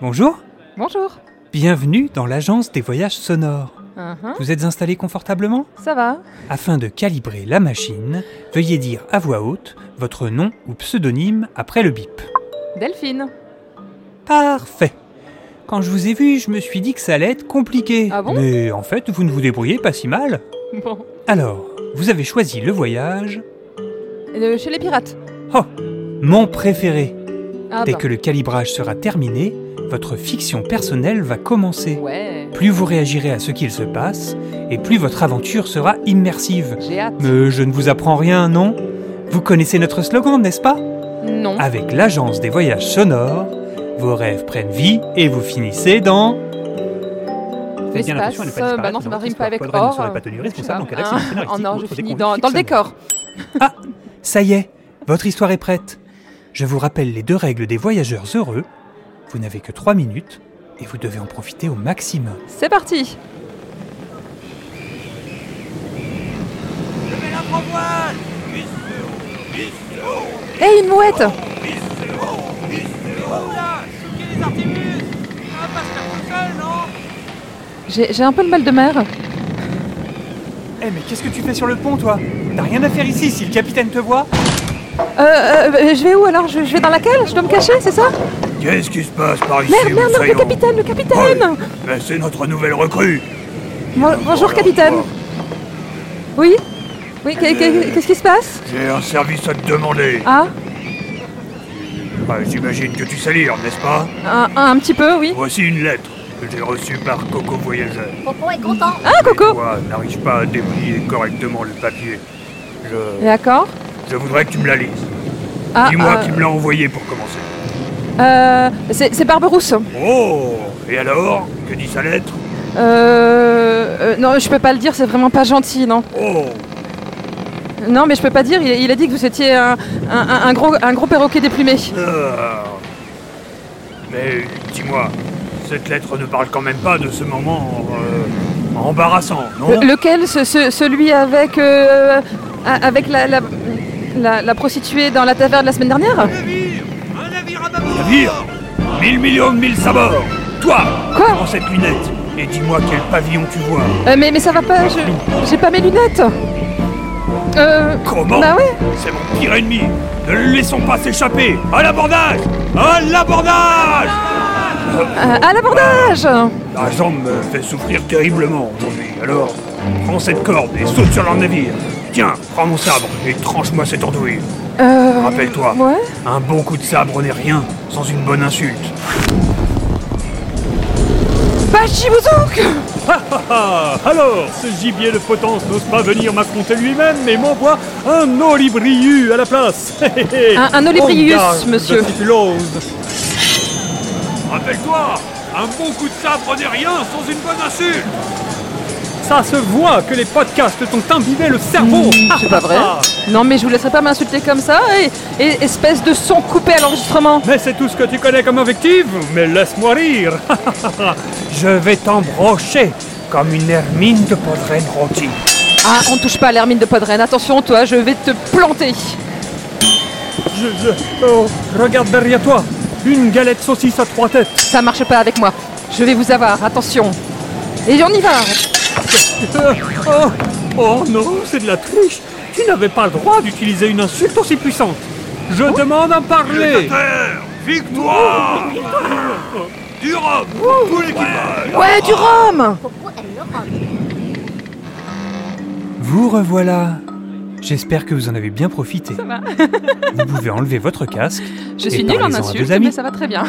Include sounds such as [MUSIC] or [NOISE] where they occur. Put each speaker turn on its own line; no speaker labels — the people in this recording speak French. Bonjour,
Bonjour.
bienvenue dans l'agence des voyages sonores.
Mhm,
Vous êtes installé confortablement
Ça va
Afin de calibrer la machine, veuillez dire à voix haute votre nom ou pseudonyme après le bip.
Delphine.
Parfait. Quand je vous ai vu, je me suis dit que ça allait être compliqué.
Ah bon
Mais en fait, vous ne vous débrouillez pas si mal.
Bon.
Alors, vous avez choisi le voyage, Oh,
Euh, chez les pirates.
mon préféré.
Ah
Dès
bah.
que le calibrage sera terminé, votre fiction personnelle va commencer.
Ouais.
Plus vous réagirez à ce qu'il se passe, et plus votre aventure sera immersive.
J'ai hâte.
Mais je ne vous apprends rien, non Vous connaissez notre slogan, n'est-ce pas
Non.
Ah,
Avec l'agence des voyages sonores, vos rêves prennent vie et vous finissez dans...
Faites bien attention à ne
L'espace,
pas disparaître
bah non,
dans
ça
le
rime
contexte
pas avec
quadrant, ne
or,
serait pas tenu responsable en cas d'accident
Hein,
scénaristique
en or,
ou
je
autre
finis
déconvenue
dans, dans le
sonore.
décor.
Ah, Ça y est, votre histoire est prête. Je vous rappelle les deux règles des voyageurs heureux. Vous n'avez que 3 minutes et vous devez en profiter au maximum.
C'est parti. Hé, une mouette J'ai j'ai un peu le mal de mer. Euh,
Eh mais qu'est-ce que tu fais sur le pont toi T'as rien à faire ici si le capitaine te voit
Euh, euh, je vais où alors je, je vais dans laquelle Je dois me cacher, c'est ça
Qu'est-ce qui se passe par ici
Merde, merde,
mon
merde, le
saillon
capitaine, le capitaine
Mais c'est notre nouvelle recrue Oh,
Bon- Bonjour, capitaine. Oui Oui, qu'est- qu'est- qu'est-ce qui se passe
J'ai un service à te demander.
Ah,
Ah, J'imagine que tu sais lire, n'est-ce pas
un, un- un petit peu, oui.
Voici une lettre que j'ai reçue par Coco Voyageur.
Coco est content.
Ah,
Les
Coco
doigts n'arrivent pas à déplier correctement le papier. Je,
D'accord.
je voudrais que tu me la lises.
Ah,
Dis-moi
euh,
qui me l'a envoyée pour commencer.
euh, c'est c'est Barberousse.
Oh Et alors Que dit sa lettre
Euh, euh, non, je peux pas le dire, c'est vraiment pas gentil, non.
Oh
Non, mais je peux pas dire, il, il a dit que vous étiez un, un- un- un gros, un gros perroquet déplumé.
Ah. Mais dis-moi, cette lettre ne parle quand même pas de ce moment euh, embarrassant, non
Le- lequel ce- ce- Celui avec, euh, a- avec la, la, la- la prostituée dans la taverne la semaine dernière
Navire Mille millions de mille sabords Toi
Quoi
Prends cette lunette et dis-moi quel pavillon tu vois.
Euh, mais, mais ça va pas, je- j'ai pas mes lunettes. Euh,
Comment
Bah ouais.
C'est mon pire ennemi Ne le laissons pas s'échapper À l'abordage À l'abordage
à, à l'abordage
La jambe me fait souffrir terriblement aujourd'hui, alors prends cette corde et saute sur leur navire. Tiens, prends mon sabre et tranche-moi cette andouille.
Euh,
Rappelle-toi,
Ouais.
un bon coup de sabre n'est rien sans une bonne insulte.
Bah, Bachibouzouc
Ah, alors, ce gibier de potence n'ose pas venir m'affronter lui-même, mais m'envoie un olibriu à la place. [LAUGHS] Hé, hé, hé.
Un- un olibrius,
On garde
monsieur.
de titulose.
Rappelle-toi, un bon coup de sabre n'est rien sans une bonne insulte.
Ça se voit que les podcasts t'ont imbibé le cerveau.
Hmm,
Ah,
C'est pas Ah, bah, vrai Non mais je vous laisserai pas m'insulter comme ça et, et espèce de son coupé à l'enregistrement
Mais c'est tout ce que tu connais comme invective Mais laisse-moi rire. [LAUGHS]
Je vais t'embrocher comme une hermine de podrenne rôtie.
Ah on touche pas à l'hermine de Podren, attention toi je vais te planter
Je, je- oh, regarde derrière toi. Une galette saucisse à trois têtes.
Ça marche pas avec moi, je vais vous avoir, attention Et on y va
Euh, oh, oh non, c'est de la triche. Tu n'avais pas le droit d'utiliser une insulte aussi puissante. Je
Oh.
demande à parler.
Victoire
Oh,
Du rhum Tout l'équipage
Ouais du rhum
Coco aime le rhum.
Vous revoilà J'espère que vous en avez bien profité. vous pouvez enlever votre casque.
Je suis
Et
nulle en
parlez-en à deux
insultes
amis.
mais ça va très bien